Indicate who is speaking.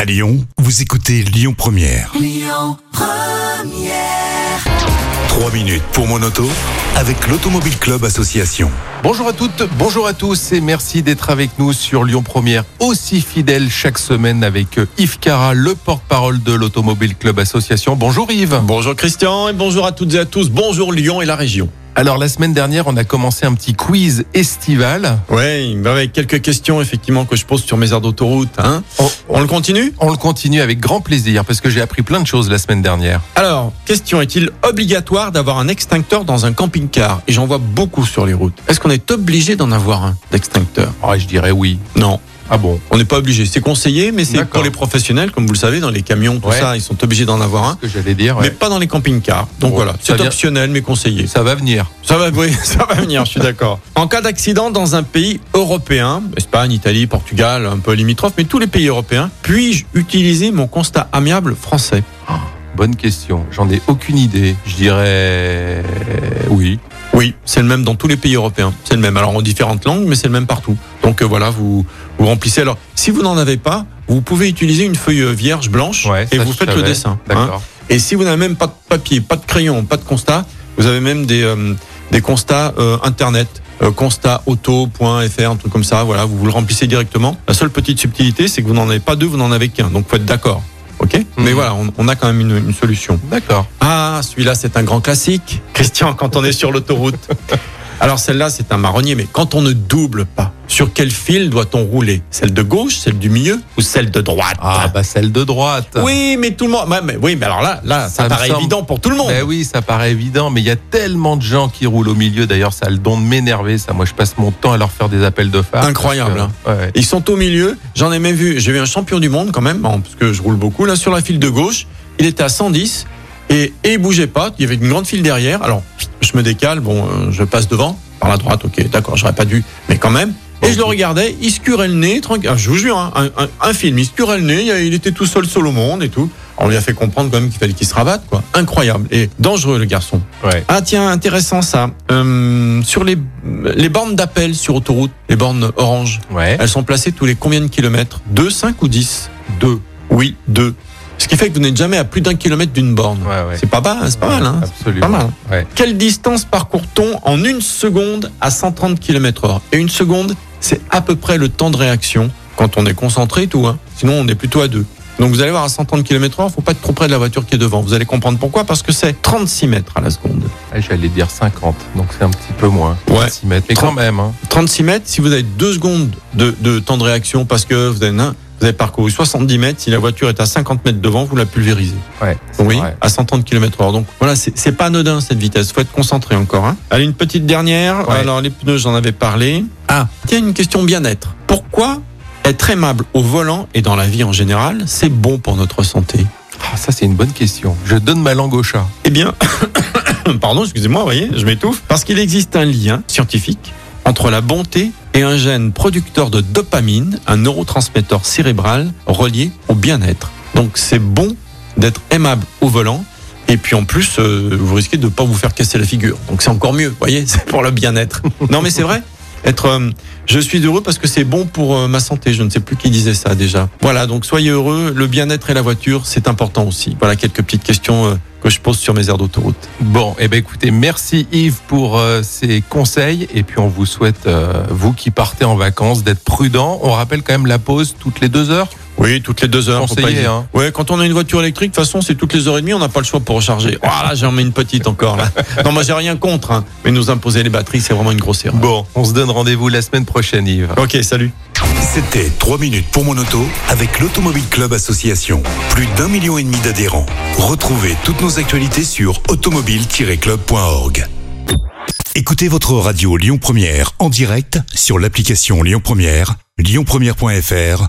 Speaker 1: À Lyon, vous écoutez Lyon Première. Trois minutes pour mon auto avec l'Automobile Club Association.
Speaker 2: Bonjour à toutes, bonjour à tous et merci d'être avec nous sur Lyon Première, aussi fidèle chaque semaine avec Yves Cara, le porte-parole de l'Automobile Club Association. Bonjour Yves.
Speaker 3: Bonjour Christian et bonjour à toutes et à tous. Bonjour Lyon et la région.
Speaker 2: Alors la semaine dernière, on a commencé un petit quiz estival.
Speaker 3: Oui, avec quelques questions effectivement que je pose sur mes aires d'autoroute. Hein.
Speaker 2: On,
Speaker 3: On le continue
Speaker 2: on le continue avec grand plaisir parce que j'ai appris plein de choses la semaine dernière.
Speaker 3: Alors, question est-il obligatoire d'avoir un extincteur dans un camping-car Et j'en vois beaucoup sur les routes. Est-ce qu'on est obligé d'en avoir un d'extincteur
Speaker 2: Ah, je dirais oui.
Speaker 3: Non.
Speaker 2: Ah bon
Speaker 3: On n'est pas obligé. C'est conseillé, mais c'est
Speaker 2: D'accord.
Speaker 3: pour les professionnels, comme vous le savez, dans les camions, tout
Speaker 2: Ouais.
Speaker 3: ça, ils sont obligés d'en avoir un.
Speaker 2: Ce que j'allais dire.
Speaker 3: Mais
Speaker 2: ouais.
Speaker 3: pas dans les camping-cars. Donc
Speaker 2: Bon,
Speaker 3: voilà,
Speaker 2: ça
Speaker 3: c'est
Speaker 2: vient-
Speaker 3: optionnel mais conseillé.
Speaker 2: Ça va venir.
Speaker 3: Ça va, oui, ça va venir, je suis d'accord. En cas d'accident dans un pays européen, Espagne, Italie, Portugal, un peu limitrophe, mais tous les pays européens, puis-je utiliser mon constat amiable français
Speaker 2: Bonne question. J'en ai aucune idée. Je dirais oui.
Speaker 3: Oui, c'est le même dans tous les pays européens. C'est le même. Alors en différentes langues, mais c'est le même partout. Donc euh, voilà, vous, vous remplissez. Alors, si vous n'en avez pas, vous pouvez utiliser une feuille euh, vierge blanche
Speaker 2: Ouais,
Speaker 3: et
Speaker 2: ça,
Speaker 3: vous
Speaker 2: je
Speaker 3: faites le
Speaker 2: savais.
Speaker 3: dessin. hein.
Speaker 2: D'accord.
Speaker 3: Et si vous n'avez même pas de papier, pas de crayon, pas de constat, vous avez même des, euh, des constats euh, internet, euh, constatauto.fr, un truc comme ça, voilà, vous, vous le remplissez directement. La seule petite subtilité, c'est que vous n'en avez pas deux, vous n'en avez qu'un. Donc faut être d'accord. OK Mais
Speaker 2: Mhm.
Speaker 3: voilà, on, on a quand même une, une solution.
Speaker 2: D'accord.
Speaker 3: Ah, celui-là, c'est un grand classique. Christian, quand on est sur l'autoroute. Alors celle-là, c'est un marronnier, mais quand on ne double pas, sur quel fil doit-on rouler Celle de gauche, celle du milieu ou celle de droite
Speaker 2: Ah bah celle de droite.
Speaker 3: oui, mais tout le monde. ouais, mais- oui, mais alors là, là, ça,
Speaker 2: Ça me
Speaker 3: paraît
Speaker 2: semble-
Speaker 3: évident pour tout le monde.
Speaker 2: Ben oui, ça paraît évident, mais il y a tellement de gens qui roulent au milieu. D'ailleurs, ça a le don de m'énerver, ça. Moi, je passe mon temps à leur faire des appels de phare. Euh,
Speaker 3: Incroyable, hein.
Speaker 2: Parce que- ouais.
Speaker 3: Ils sont au milieu. J'en ai même vu. J'ai vu un champion du monde quand même, bon, parce que je roule beaucoup. Là, sur la file de gauche, il était à 110 et, et il bougeait pas. Il y avait une grande file derrière. Alors, je me décale. Bon, euh, je passe devant par la droite. Ok, d'accord. J'aurais pas dû, mais quand même. Et je le regardais, il se curait le nez, tranquille. Ah, je vous jure, hein, un, un- un film, il se curait le nez, il était tout seul, seul au monde et tout. On lui a fait comprendre quand même qu'il fallait qu'il se rabatte, quoi. Incroyable et dangereux, le garçon.
Speaker 2: Ouais.
Speaker 3: Ah tiens, intéressant ça. Euh, sur les, les bornes d'appel sur autoroute, les bornes orange,
Speaker 2: Ouais.
Speaker 3: elles sont placées tous les combien de kilomètres 2, 5 ou 10 2. Oui, 2. Ce qui fait que vous n'êtes jamais à plus d'un kilomètre d'une borne.
Speaker 2: Ouais, ouais.
Speaker 3: C'est pas bas, hein, c'est pas mal. Hein C'est
Speaker 2: Absolument.
Speaker 3: pas mal.
Speaker 2: Ouais.
Speaker 3: Quelle distance parcourt-on en une seconde à 130 km h Et une seconde, c'est à peu près le temps de réaction quand on est concentré et tout. Hein. Sinon, on est plutôt à deux. Donc vous allez voir, à 130 km h faut pas être trop près de la voiture qui est devant. Vous allez comprendre pourquoi, parce que c'est 36 mètres à la seconde.
Speaker 2: Ah, J'allais dire 50, donc c'est un petit peu moins.
Speaker 3: Ouais.
Speaker 2: 6 mètres. Mais
Speaker 3: Trente-
Speaker 2: quand même, hein.
Speaker 3: 36 mètres, si vous avez 2 secondes de, de temps de réaction parce que vous avez, nain, vous avez parcouru 70 mètres, si la voiture est à 50 mètres devant, vous la pulvérisez.
Speaker 2: Ouais. c'est
Speaker 3: Oui,
Speaker 2: vrai.
Speaker 3: à 130 km/h. Donc voilà, c'est c'est pas anodin cette vitesse. Faut être concentré encore. Hein. Allez, une petite dernière.
Speaker 2: Ouais.
Speaker 3: Alors les pneus, j'en avais parlé. Ah, tiens, une question bien-être. Pourquoi être aimable au volant et dans la vie en général, c'est bon pour notre santé
Speaker 2: Ah, ça, c'est une bonne question. Je donne ma langue au chat.
Speaker 3: Eh bien, pardon, excusez-moi, vous voyez, je m'étouffe. Parce qu'il existe un lien scientifique entre la bonté et un gène producteur de dopamine, un neurotransmetteur cérébral relié au bien-être. Donc c'est bon d'être aimable au volant. Et puis en plus, euh, vous risquez de ne pas vous faire casser la figure. Donc c'est encore mieux, vous voyez, c'est pour le bien-être. non mais c'est vrai, être, euh, je suis heureux parce que c'est bon pour euh, ma santé. Je ne sais plus qui disait ça déjà. Voilà, donc soyez heureux. Le bien-être et la voiture, c'est important aussi. Voilà quelques petites questions euh, que je pose sur mes aires d'autoroute.
Speaker 2: Bon, eh ben écoutez, merci Yves pour euh, ces conseils. Et puis, on vous souhaite, euh, vous qui partez en vacances, d'être prudent. On rappelle quand même la pause toutes les deux heures.
Speaker 3: Oui, toutes les deux heures. faut
Speaker 2: Conseillé,
Speaker 3: hésiter.
Speaker 2: hein.
Speaker 3: Ouais, quand on a une voiture électrique, de toute façon, c'est toutes les heures et demie, on n'a pas le choix pour recharger. Voilà, j'en mets une petite encore. Là. Non, moi j'ai rien contre, hein, mais nous imposer les batteries, c'est vraiment une grosse erreur.
Speaker 2: Bon, on se donne rendez-vous la semaine prochaine, Yves.
Speaker 3: Ok, salut.
Speaker 1: C'était 3 minutes pour mon auto avec l'Automobile Club Association. Plus d'un million et demi d'adhérents. Retrouvez toutes nos actualités sur automobile-club.org. Écoutez votre radio Lyon Première en direct sur l'application Lyon Première, lyonpremière.fr